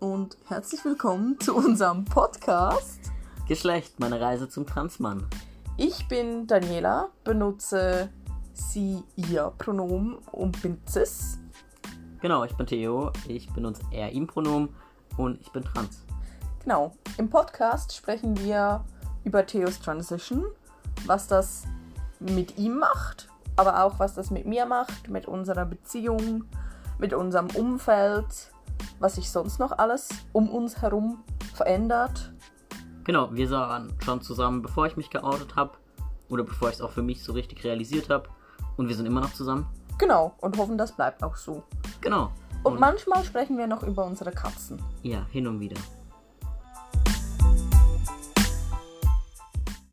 und herzlich willkommen zu unserem Podcast. Geschlecht, meine Reise zum Transmann. Ich bin Daniela, benutze sie, ihr Pronomen und bin cis. Genau, ich bin Theo, ich benutze er, ihm Pronomen und ich bin trans. Genau, im Podcast sprechen wir über Theos Transition, was das mit ihm macht, aber auch was das mit mir macht, mit unserer Beziehung, mit unserem Umfeld, was sich sonst noch alles um uns herum verändert. Genau, wir sahen schon zusammen, bevor ich mich geoutet habe oder bevor ich es auch für mich so richtig realisiert habe und wir sind immer noch zusammen. Genau, und hoffen, das bleibt auch so. Genau. Und manchmal sprechen wir noch über unsere Katzen. ja, hin und wieder.